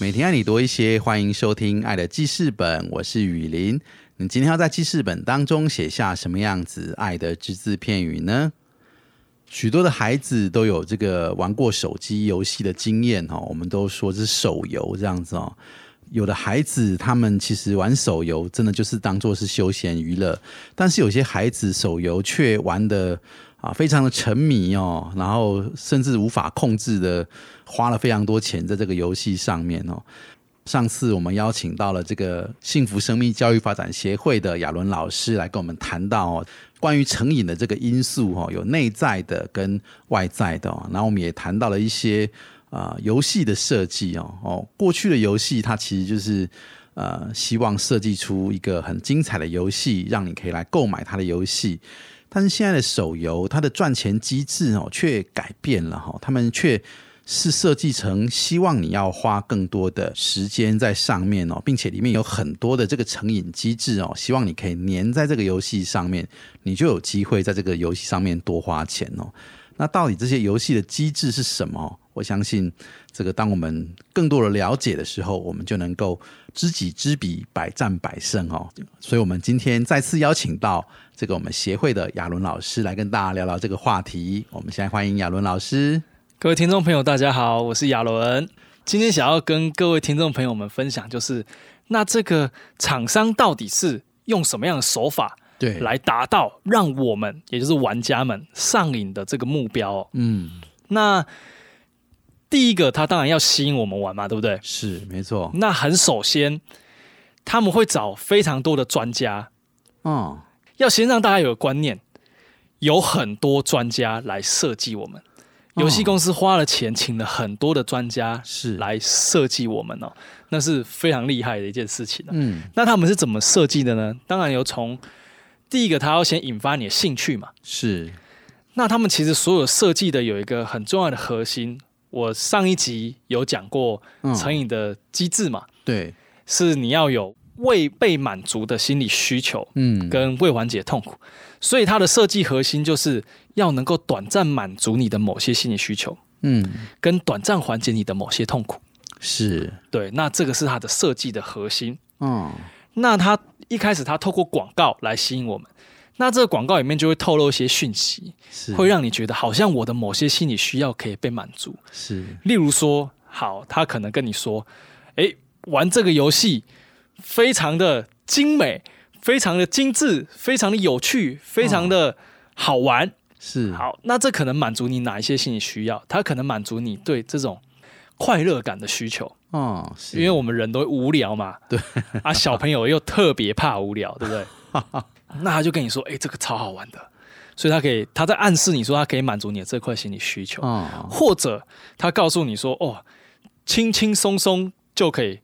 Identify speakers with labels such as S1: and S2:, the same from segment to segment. S1: 每天爱你多一些，欢迎收听《爱的记事本》，我是雨林。你今天要在记事本当中写下什么样子爱的只字片语呢？许多的孩子都有这个玩过手机游戏的经验哦，我们都说是手游这样子哦。有的孩子他们其实玩手游真的就是当做是休闲娱乐，但是有些孩子手游却玩的啊非常的沉迷哦，然后甚至无法控制的花了非常多钱在这个游戏上面哦。上次我们邀请到了这个幸福生命教育发展协会的亚伦老师来跟我们谈到哦，关于成瘾的这个因素哦，有内在的跟外在的哦。然后我们也谈到了一些呃游戏的设计哦哦，过去的游戏它其实就是呃希望设计出一个很精彩的游戏，让你可以来购买它的游戏。但是现在的手游，它的赚钱机制哦，却改变了哈、哦，他们却是设计成希望你要花更多的时间在上面哦，并且里面有很多的这个成瘾机制哦，希望你可以粘在这个游戏上面，你就有机会在这个游戏上面多花钱哦。那到底这些游戏的机制是什么？我相信这个，当我们更多的了解的时候，我们就能够知己知彼，百战百胜哦。所以，我们今天再次邀请到这个我们协会的亚伦老师来跟大家聊聊这个话题。我们现在欢迎亚伦老师。
S2: 各位听众朋友，大家好，我是亚伦。今天想要跟各位听众朋友们分享，就是那这个厂商到底是用什么样的手法
S1: 对
S2: 来达到让我们，也就是玩家们上瘾的这个目标、哦？
S1: 嗯，
S2: 那第一个，他当然要吸引我们玩嘛，对不对？
S1: 是没错。
S2: 那很首先，他们会找非常多的专家，嗯
S1: 哦，
S2: 要先让大家有个观念，有很多专家来设计我们。游戏公司花了钱，请了很多的专家
S1: 哦是，
S2: 来设计我们哦，那是非常厉害的一件事情、啊、
S1: 嗯，
S2: 那他们是怎么设计的呢？当然有从第一个，他要先引发你的兴趣嘛。
S1: 嗯是，
S2: 那他们其实所有设计的有一个很重要的核心，我上一集有讲过
S1: 嗯
S2: 成瘾的机制嘛，
S1: 对，
S2: 是你要有未被满足的心理需求
S1: 嗯，
S2: 跟未缓解痛苦，所以它的设计核心就是要能够短暂满足你的某些心理需求，
S1: 嗯
S2: 跟短暂缓解你的某些痛苦。
S1: 是，
S2: 对，那这个是它的设计的核心。
S1: 嗯
S2: 那它一开始它透过广告来吸引我们，那这个广告里面就会透露一些讯息，
S1: 是，
S2: 会让你觉得好像我的某些心理需要可以被满足。
S1: 是
S2: 例如说，好，他可能跟你说，诶，玩这个游戏非常的精美，非常的精致，非常的有趣，非常的好玩。
S1: 是，
S2: 好，那这可能满足你哪一些心理需要？它可能满足你对这种快乐感的需求。
S1: 哦，是
S2: 因为我们人都会无聊嘛，对啊，小朋友又特别怕无聊，对不对？那他就跟你说，哎、这个超好玩的，所以他可以他在暗示你说，他可以满足你的这块心理需求，
S1: 哦，
S2: 或者他告诉你说，哦，轻轻松松就可以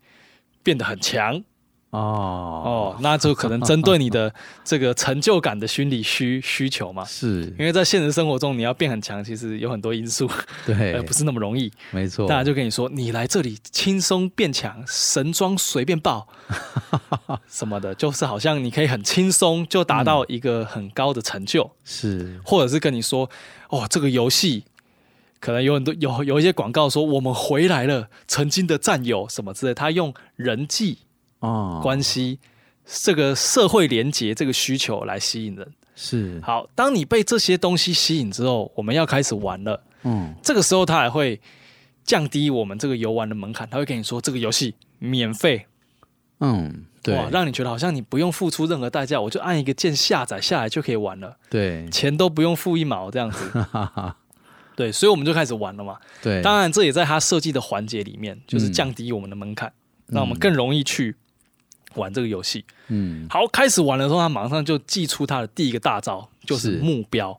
S2: 变得很强
S1: 哦
S2: 哦，那就可能针对你的这个成就感的心理需需求嘛。
S1: 是
S2: 因为在现实生活中，你要变很强，其实有很多因素，
S1: 对
S2: 呃，，不是那么容易。
S1: 没错，
S2: 大家就跟你说，你来这里轻松变强，神装随 便爆什么的，就是好像你可以很轻松就达到一个很高的成就，
S1: 是
S2: 或者是跟你说，哦，这个游戏可能有很多有有一些广告说我们回来了，曾经的战友什么之类，他用人际
S1: 哦，
S2: 关系、这个社会连结这个需求来吸引人。
S1: 是
S2: 好，当你被这些东西吸引之后，我们要开始玩了。
S1: 嗯
S2: 这个时候他还会降低我们这个游玩的门槛，他会跟你说这个游戏免费，
S1: 嗯，对
S2: 哇，让你觉得好像你不用付出任何代价，我就按一个键下载下来就可以玩了，
S1: 对，
S2: 钱都不用付一毛这 样子。
S1: 哈哈哈，
S2: 对，所以我们就开始玩了嘛。
S1: 对，嗯
S2: 当然，这也在他设计的环节里面，就是降低我们的门槛，让我们更容易去玩这个游戏。
S1: 嗯
S2: 好，开始玩的时候，他马上就祭出他的第一个大招，就
S1: 是
S2: 是目标。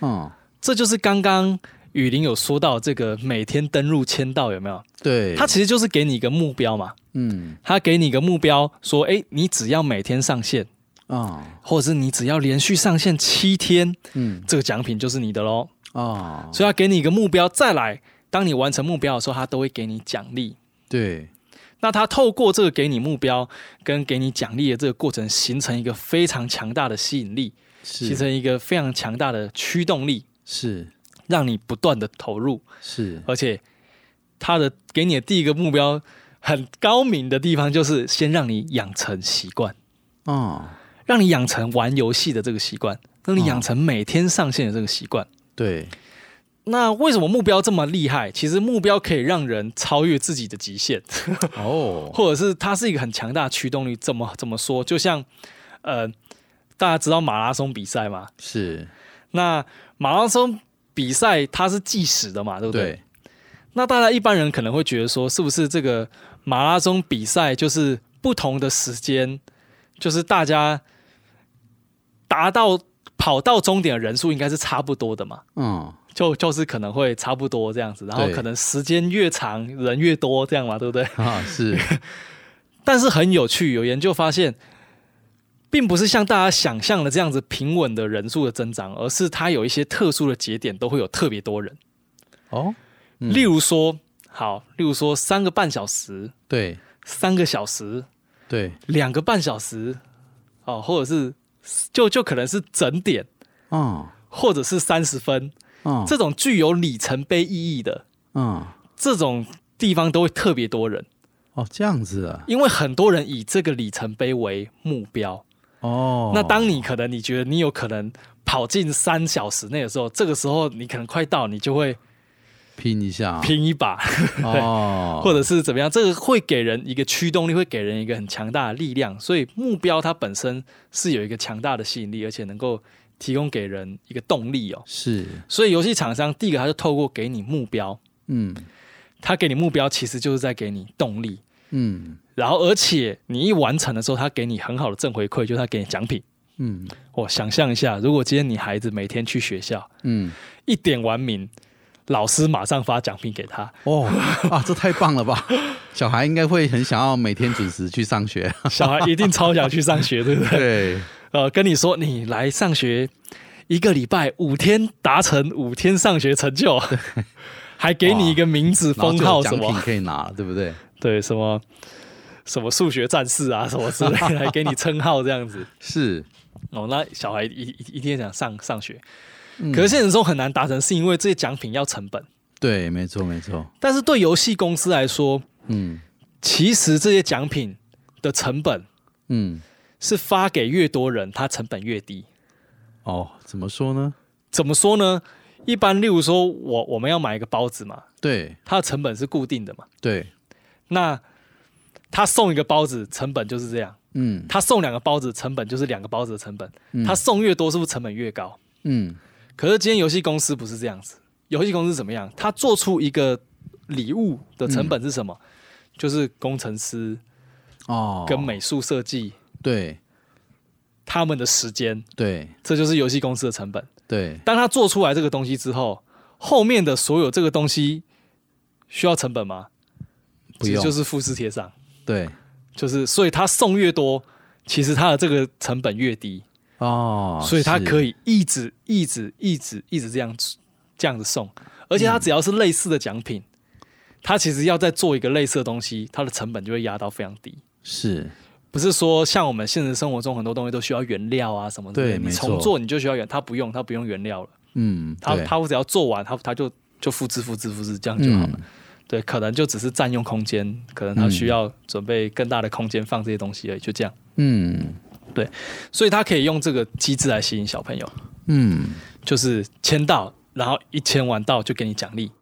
S1: 哦
S2: 这就是刚刚雨林有说到这个每天登录签到有没有？
S1: 对，
S2: 它其实就是给你一个目标嘛，
S1: 嗯
S2: 它给你一个目标，说，哎，你只要每天上线，
S1: 哦
S2: 或者是你只要连续上线七天，
S1: 嗯
S2: 这个奖品就是你的喽。
S1: 哦，
S2: 所以它给你一个目标，再来，当你完成目标的时候，它都会给你奖励。
S1: 对，
S2: 那它透过这个给你目标跟给你奖励的这个过程，形成一个非常强大的吸引力，形
S1: 是
S2: 成一个非常强大的驱动力，
S1: 是
S2: 让你不断的投入。
S1: 是
S2: 而且他的给你的第一个目标很高明的地方，就是先让你养成习惯，
S1: 哦，
S2: 让你养成玩游戏的这个习惯，让你
S1: 嗯
S2: 养成每天上线的这个习惯。
S1: 对，
S2: 那为什么目标这么厉害？其实目标可以让人超越自己的极限，
S1: 哦，
S2: 或者是它是一个很强大的驱动力。怎么怎么说？就像呃，大家知道马拉松比赛嘛？
S1: 是，
S2: 那马拉松比赛它是计时的嘛，对不对？
S1: 对，
S2: 那大家一般人可能会觉得说，是不是这个马拉松比赛就是不同的时间，就是大家达到跑到终点的人数应该是差不多的嘛？
S1: 嗯，
S2: 就就是可能会差不多这样子，然后
S1: 对
S2: 可能时间越长人越多这样嘛，对不对？
S1: 啊，是
S2: 但是很有趣，有研究发现，并不是像大家想象的这样子平稳的人数的增长，而是它有一些特殊的节点都会有特别多人，
S1: 哦，嗯
S2: 例如说，好，例如说三个半小时
S1: 对
S2: 三个小时、
S1: 对，
S2: 两个半小时，哦，或者是就就可能是整点，
S1: 哦
S2: 或者是三十分，
S1: 哦，
S2: 这种具有里程碑意义的
S1: 嗯
S2: 这种地方都会特别多人，
S1: 哦这样子啊，
S2: 因为很多人以这个里程碑为目标。
S1: 哦，
S2: 那当你可能你觉得你有可能跑进三小时内的时候，这个时候你可能快到，你就会
S1: 拼一下，
S2: 拼一把，
S1: 哦，
S2: 或者是怎么样，这个会给人一个驱动力，会给人一个很强大的力量。所以目标它本身是有一个强大的吸引力，而且能够提供给人一个动力哦。
S1: 是，
S2: 所以游戏厂商第一个，它就透过给你目标，
S1: 嗯
S2: 它给你目标其实就是在给你动力。
S1: 嗯
S2: 然后，而且你一完成的时候，它给你很好的正回馈，就是它给你奖品。
S1: 嗯
S2: 我哦想象一下，如果今天你孩子每天去学校
S1: 嗯，
S2: 一点完名，老师马上发奖品给 他，
S1: 哦啊，这太棒了吧！小孩应该会很想要每天准时去上学，
S2: 小孩一定超想去上学，对不 对？
S1: 对，
S2: 呃，跟你说，你来上学一个礼拜五天达成五天上学 成就，还给你一个名字
S1: 然后
S2: 封
S1: 就
S2: 号
S1: 有
S2: 什
S1: 奖品
S2: 么，
S1: 可以拿了，对不对？
S2: 对，什么什么数学战士啊，什么之类 的，还给你称号这样子。
S1: 是，
S2: 哦，那小孩一一一定想上上学，
S1: 嗯
S2: 可是现实中很难达成，是因为这些奖品要成本。
S1: 对，没错没错，
S2: 但是对游戏公司来说，
S1: 嗯
S2: 其实这些奖品的成本
S1: 嗯，
S2: 是发给越多人，它成本越低。
S1: 哦，怎么说呢？
S2: 怎么说呢？一般，例如说我我们要买一个包子嘛，
S1: 对
S2: 它的成本是固定的嘛。
S1: 对，
S2: 那他送一个包子成本就是这样，
S1: 嗯
S2: 他送两个包子成本就是两个包子的成本，
S1: 嗯
S2: 他送越多是不是成本越高？
S1: 嗯
S2: 可是今天游戏公司不是这样子，游戏公司怎么样？他做出一个礼物的成本是什么？就是工程师
S1: 嗯哦，
S2: 跟美术设计
S1: 对
S2: 他们的时间，
S1: 对
S2: 这就是游戏公司的成本。
S1: 对，
S2: 当他做出来这个东西之后，后面的所有这个东西需要成本吗？
S1: 不
S2: 其实
S1: 用
S2: 就是复制贴上。
S1: 对
S2: 就是所以他送越多，其实他的这个成本越低，
S1: 哦，
S2: 所以他
S1: 是
S2: 可以一直一直一直一直这样子这样子送，而且他只要是类似的奖品，他其实要再做一个类似的东西，它的成本就会压到非常低。
S1: 是
S2: 不是说像我们现实生活中很多东西都需要原料啊什么的，
S1: 对
S2: 你
S1: 没错
S2: 重做你就需要原，他不用，他不用原料了，
S1: 嗯，
S2: 他
S1: 对
S2: 他只要做完，他他就就复制复制复制这样就好了。
S1: 嗯
S2: 对，可能就只是占用空间，可能他需要准备更大的空间放这些东西而已，就这样。
S1: 嗯
S2: 所以他可以用这个机制来吸引小朋友，
S1: 嗯
S2: 就是签到，然后一签完到就给你奖励。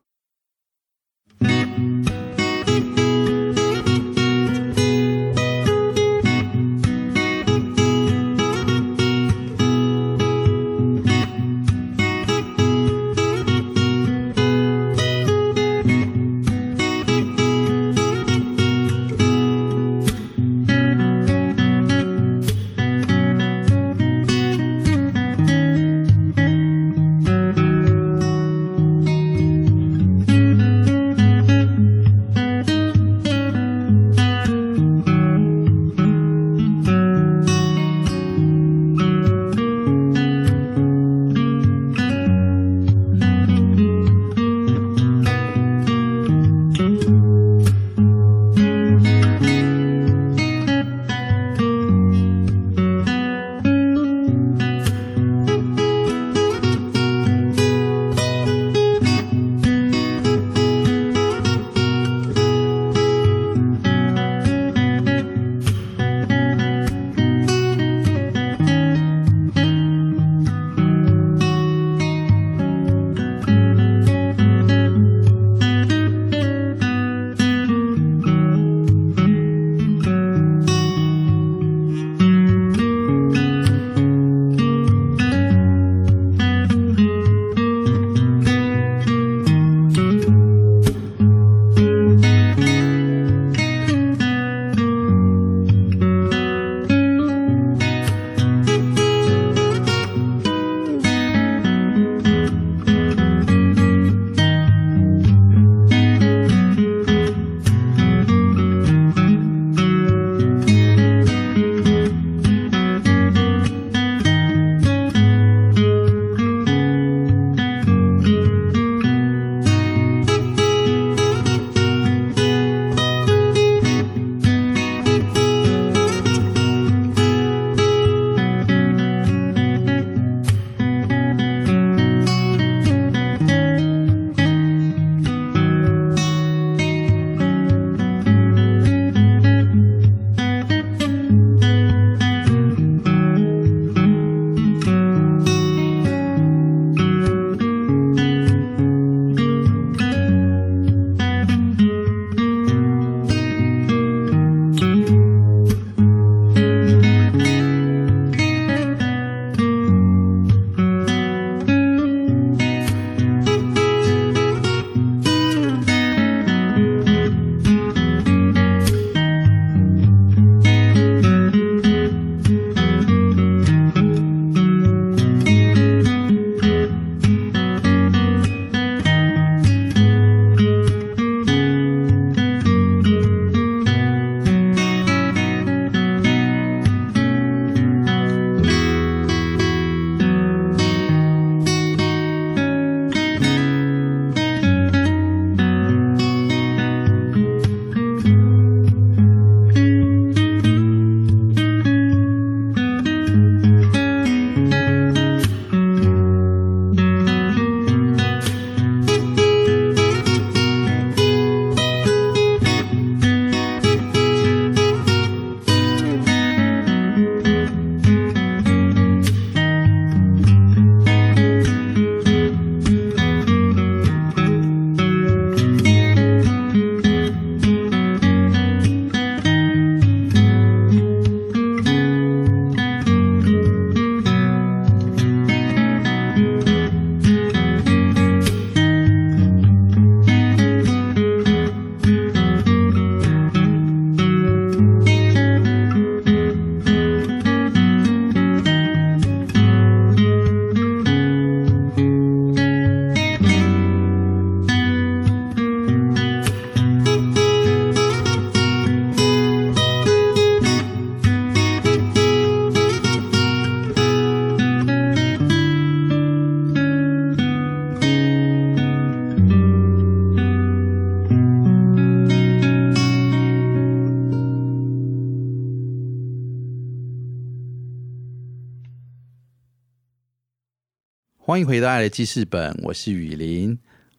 S1: 欢迎回到《爱的记事本》，我是雨林。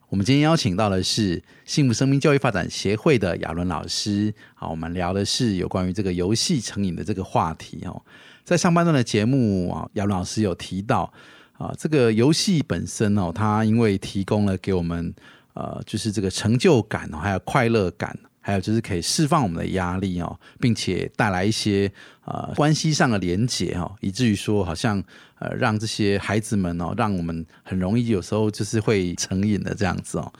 S1: 我们今天邀请到的是幸福生命教育发展协会的亚伦老师。好，我们聊的是有关于这个游戏成瘾的这个话题哦。在上半段的节目啊，亚伦老师有提到啊，这个游戏本身哦，它因为提供了给我们呃，就是这个成就感哦，还有快乐感，还有就是可以释放我们的压力哦，并且带来一些呃关系上的连结哦，以至于说好像呃让这些孩子们哦，让我们很容易有时候就是会成瘾的这样子哦。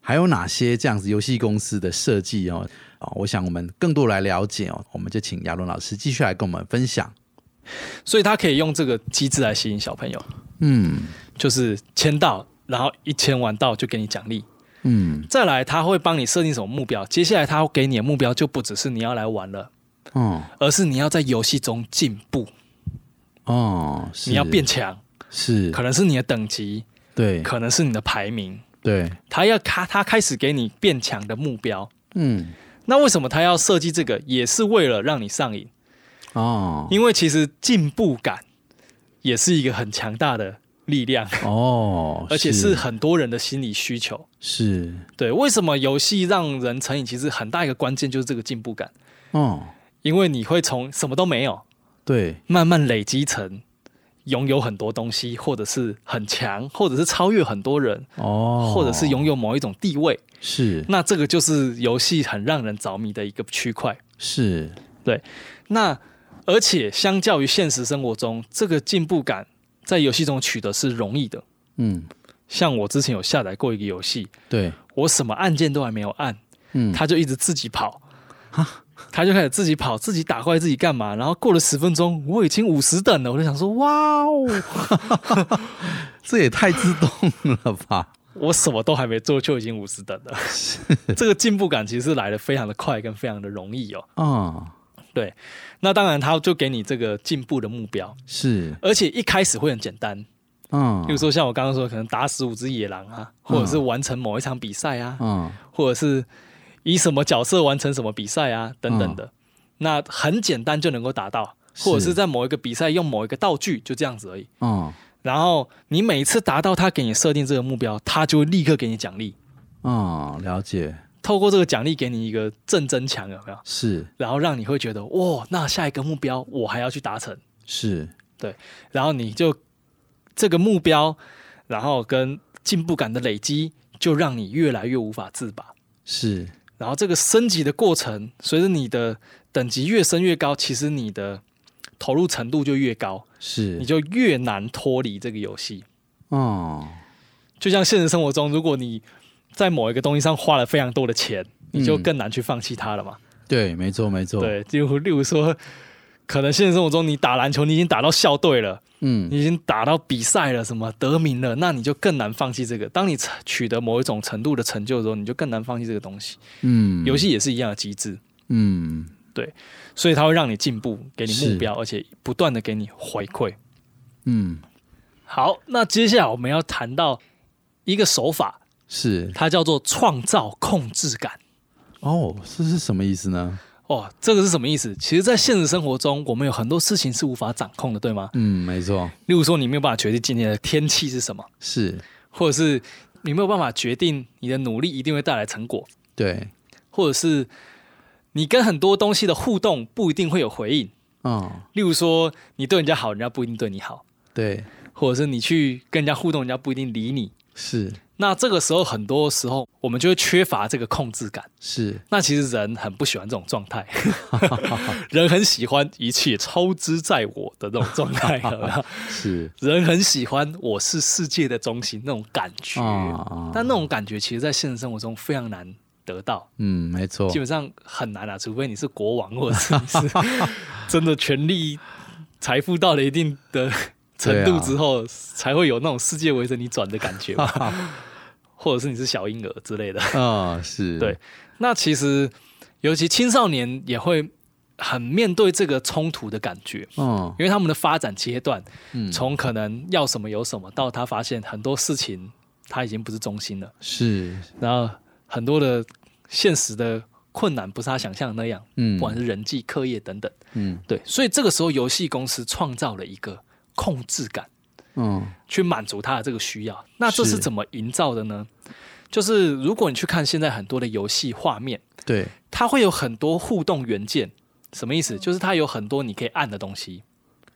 S1: 还有哪些这样子游戏公司的设计哦？啊，我想我们更多来了解哦，我们就请亚伦老师继续来跟我们分享。
S2: 所以他可以用这个机制来吸引小朋友，
S1: 嗯
S2: 就是签到，然后一签完到就给你奖励。
S1: 嗯
S2: 再来，他会帮你设定什么目标？接下来他会给你的目标就不只是你要来玩了，
S1: 哦
S2: 而是你要在游戏中进步，
S1: 哦，是
S2: 你要变强，
S1: 是
S2: 可能是你的等级，
S1: 对
S2: 可能是你的排名。
S1: 对
S2: 他要他他开始给你变强的目标。
S1: 嗯
S2: 那为什么他要设计这个？也是为了让你上瘾，
S1: 哦
S2: 因为其实进步感也是一个很强大的力量，
S1: 哦，
S2: 而且是很多人的心理需求。
S1: 是
S2: 对，为什么游戏让人成瘾？其实很大一个关键就是这个进步感，
S1: 哦
S2: 因为你会从什么都没有
S1: 对
S2: 慢慢累积成拥有很多东西，或者是很强，或者是超越很多人，
S1: 哦，
S2: 或者是拥有某一种地位。
S1: 是
S2: 那这个就是游戏很让人着迷的一个区块。
S1: 是
S2: 那而且相较于现实生活中，这个进步感在游戏中取得是容易的。
S1: 嗯
S2: 像我之前有下载过一个游戏，
S1: 对
S2: 我什么按键都还没有按，
S1: 嗯
S2: 他就一直自己跑，他就开始自己跑，自己打怪，自己干嘛？然后过了十分钟，我已经五十等了，我就想说，哇哦，
S1: 这也太自动了 吧？
S2: 我什么都还没做就已经五十等了，这个进步感其实来的非常的快，跟非常的容易哦。
S1: 哦，
S2: 对，那当然他就给你这个进步的目标，
S1: 是
S2: 而且一开始会很简单，
S1: 嗯，
S2: 比如说像我刚刚说，可能打死五只野狼啊，或者是完成某一场比赛啊，
S1: 嗯
S2: 或者是以什么角色完成什么比赛啊等等的，那很简单就能够达到，或者
S1: 嗯是
S2: 是在某一个比赛用某一个道具，就这样子而已。
S1: 嗯
S2: 然后你每次达到他给你设定这个目标，他就会立刻给你奖励，
S1: 嗯，了解
S2: 透过这个奖励给你一个正增强，有没有？
S1: 是
S2: 然后让你会觉得哇，那下一个目标我还要去达成，
S1: 是
S2: 然后你就这个目标，然后跟进步感的累积，就让你越来越无法自拔。
S1: 是
S2: 然后这个升级的过程，随着你的等级越升越高，其实你的投入程度就越高，你
S1: 是
S2: 就越难脱离这个游戏。
S1: 哦，
S2: 就像现实生活中，如果你在某一个东西上花了非常多的钱，你就
S1: 嗯
S2: 更难去放弃它了嘛。
S1: 对，没错没错，
S2: 对，就例如说，可能现实生活中你打篮球，你已经打到校队了，
S1: 嗯
S2: 你已经打到比赛了，什么得名了，那你就更难放弃这个。当你成取得某一种程度的成就的时候，你就更难放弃这个东西。
S1: 嗯，
S2: 游戏也是一样的机制。
S1: 嗯
S2: 所以它会让你进步，给你
S1: 是
S2: 目标，而且不断的给你回馈。
S1: 嗯
S2: 好，那接下来我们要谈到一个手法，
S1: 是
S2: 它叫做创造控制感。
S1: 哦，这是什么意思呢？
S2: 哦，这个是什么意思？其实，在现实生活中，我们有很多事情是无法掌控的，对吗？
S1: 嗯，没错
S2: 例如说，你没有办法决定今天的天气是什么，
S1: 是，
S2: 或者是你没有办法决定你的努力一定会带来成果，
S1: 对，
S2: 或者是你跟很多东西的互动不一定会有回应。
S1: 哦
S2: 例如说，你对人家好，人家不一定对你好。
S1: 对
S2: 或者是你去跟人家互动，人家不一定理你。
S1: 是
S2: 那这个时候，很多时候我们就会缺乏这个控制感。
S1: 是
S2: 那其实人很不喜欢这种状态，人很喜欢一切操之在我的那种状态，有没有
S1: 是
S2: 人很喜欢我是世界的中心那种感觉。
S1: 啊，
S2: 但那种感觉，其实在现实生活中非常难得到，
S1: 嗯，没错
S2: 基，本上很难啊，除非你是国王，或者是你是真的权力、财富到了一定的程
S1: 对
S2: 度
S1: 啊
S2: 之后，才会有那种世界围着你转的感觉 吧，或者是你是小婴儿之类的。
S1: 啊是，
S2: 对那其实，尤其青少年也会很面对这个冲突的感觉。
S1: 哦
S2: 因为他们的发展阶段，
S1: 嗯
S2: 从可能要什么有什么，到他发现很多事情他已经不是中心了，
S1: 是
S2: 然后很多的现实的困难不是他想象的那样，
S1: 嗯
S2: 不管是人际、课业等等，
S1: 嗯
S2: 对，所以这个时候游戏公司创造了一个控制感，
S1: 嗯
S2: 去满足他的这个需要。那这是
S1: 是
S2: 怎么营造的呢？就是如果你去看现在很多的游戏画面，
S1: 对，
S2: 它会有很多互动元件，什么意思？就是它有很多你可以按的东西，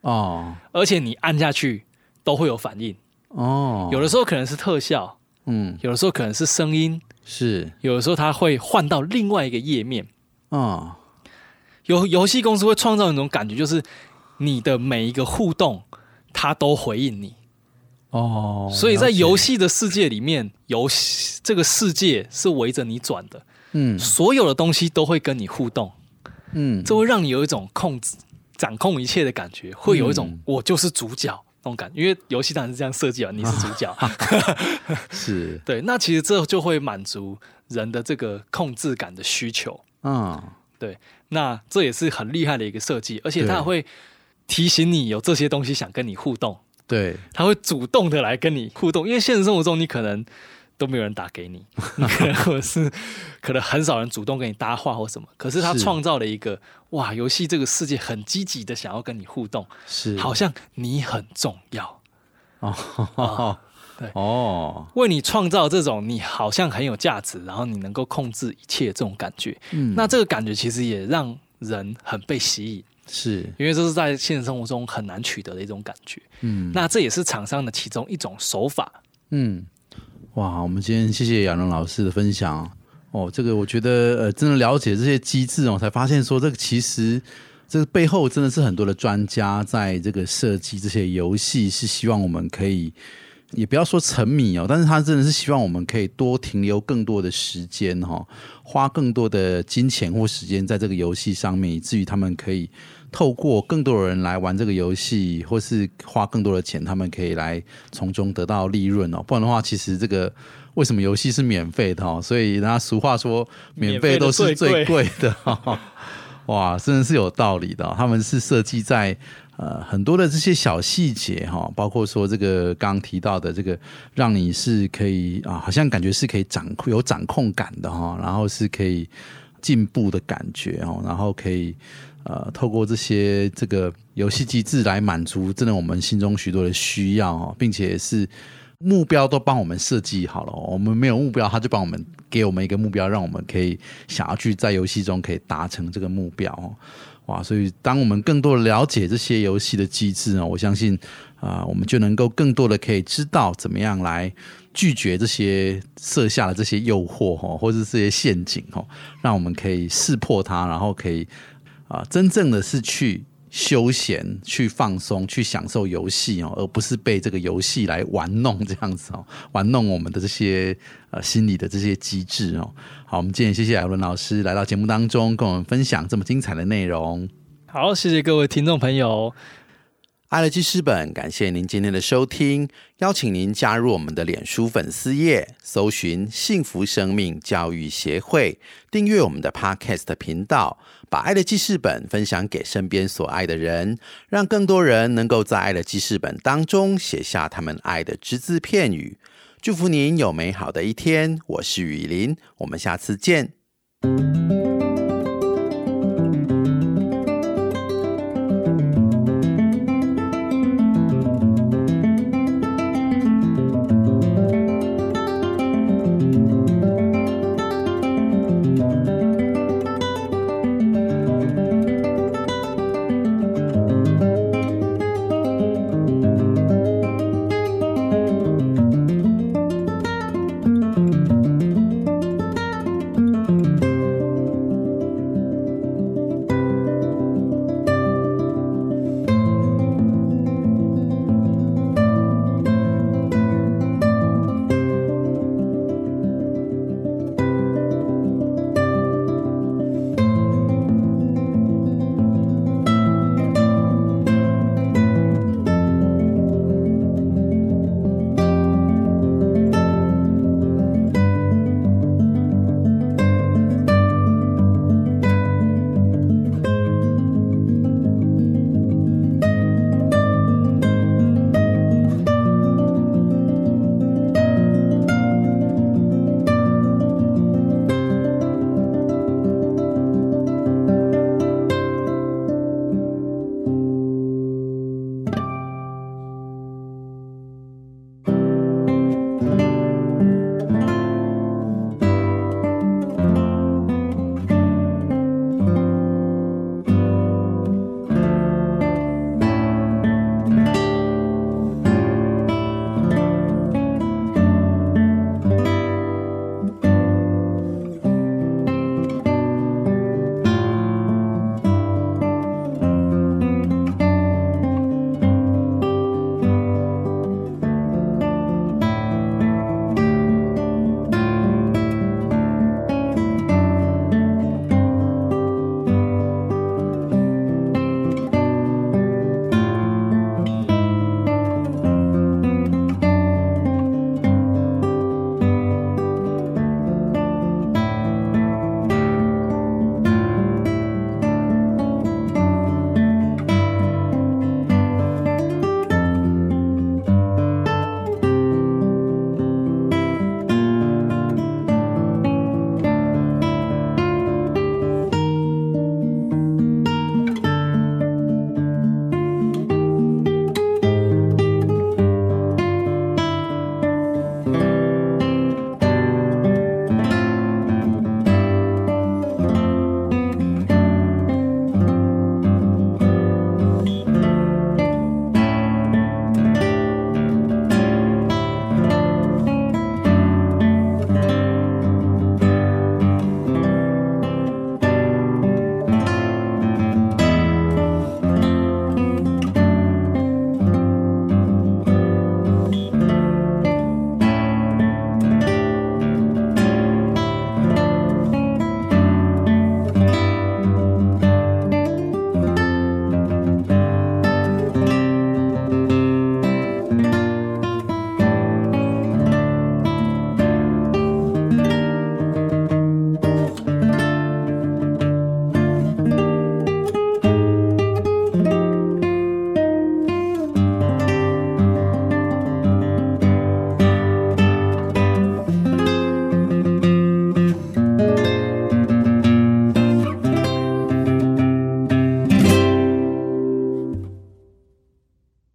S1: 哦
S2: 而且你按下去都会有反应。
S1: 哦，
S2: 有的时候可能是特效，
S1: 嗯
S2: 有的时候可能是声音，
S1: 是
S2: 有的时候它会换到另外一个页面。
S1: 哦
S2: 游游戏公司会创造一种感觉，就是你的每一个互动，它都回应你。
S1: 哦，
S2: 所以在
S1: 了解
S2: 游戏的世界里面，游戏这个世界是围着你转的，
S1: 嗯
S2: 所有的东西都会跟你互动，
S1: 嗯
S2: 这会让你有一种控制、掌控一切的感觉，会有一种
S1: 嗯
S2: 我就是主角那种感觉。因为游戏当然是这样设计啊，你是主 角，
S1: 是
S2: 对。那其实这就会满足人的这个控制感的需求。
S1: 嗯
S2: 那这也是很厉害的一个设计，而且它
S1: 对
S2: 会提醒你有这些东西想跟你互动，
S1: 对
S2: 它会主动的来跟你互动，因为现实生活中你可能都没有人打 给你，你可能或者是可能很少人主动跟你搭话或什么，可是它
S1: 是
S2: 创造了一个哇，游戏这个世界很积极的想要跟你互动，
S1: 是
S2: 好像你很重要，
S1: 哦
S2: 对
S1: 哦
S2: 为你创造这种你好像很有价值，然后你能够控制一切这种感觉，
S1: 嗯
S2: 那这个感觉其实也让人很被吸引。
S1: 是
S2: 因为这是在现实生活中很难取得的一种感觉。
S1: 嗯
S2: 那这也是厂商的其中一种手法。
S1: 嗯，哇，我们今天谢谢亚龙老师的分享哦哦，这个我觉得呃，真的了解这些机制哦，才发现说这个其实。这个背后真的是很多的专家在这个设计这些游戏，是希望我们可以，也不要说沉迷哦，但是他真的是希望我们可以多停留更多的时间哈、哦，花更多的金钱或时间在这个游戏上面，以至于他们可以透过更多的人来玩这个游戏，或是花更多的钱，他们可以来从中得到利润哦。不然的话，其实这个为什么游戏是免费的哦？所以人家俗话说，免费都是最贵的、哦。哇，真的是有道理的哦、他们是设计在呃很多的这些小细节哈、包括说这个刚刚提到的这个，让你是可以啊，好像感觉是可以掌控有掌控感的哈、然后是可以进步的感觉哦，然后可以呃，透过这些这个游戏机制来满足真的我们心中许多的需要哦，并且是目标都帮我们设计好了哦，我们没有目标，他就帮我们给我们一个目标，让我们可以想要去在游戏中可以达成这个目标哦。哇，所以当我们更多地了解这些游戏的机制哦呢，我相信啊、我们就能够更多的可以知道怎么样来拒绝这些设下的这些诱惑哦，或者是这些陷阱哦，让我们可以识破它，然后可以啊，真正的是去休闲、去放松、去享受游戏哦，而不是被这个游戏来玩弄 这样子哦，玩弄我们的这些呃心理的这些机制哦。好，我们今天谢谢艾伦老师来到节目当中，跟我们分享这么精彩的内容。
S2: 好，谢谢各位听众朋友。
S3: 爱乐记事本，感谢您今天的收听，邀请您加入我们的脸书粉丝页，搜寻“幸福生命教育协会”，订阅我们的 Podcast 频道，把爱的记事本分享给身边所爱的人，让更多人能够在爱的记事本当中写下他们爱的只字片语。祝福您有美好的一天，我是雨林，我们下次见。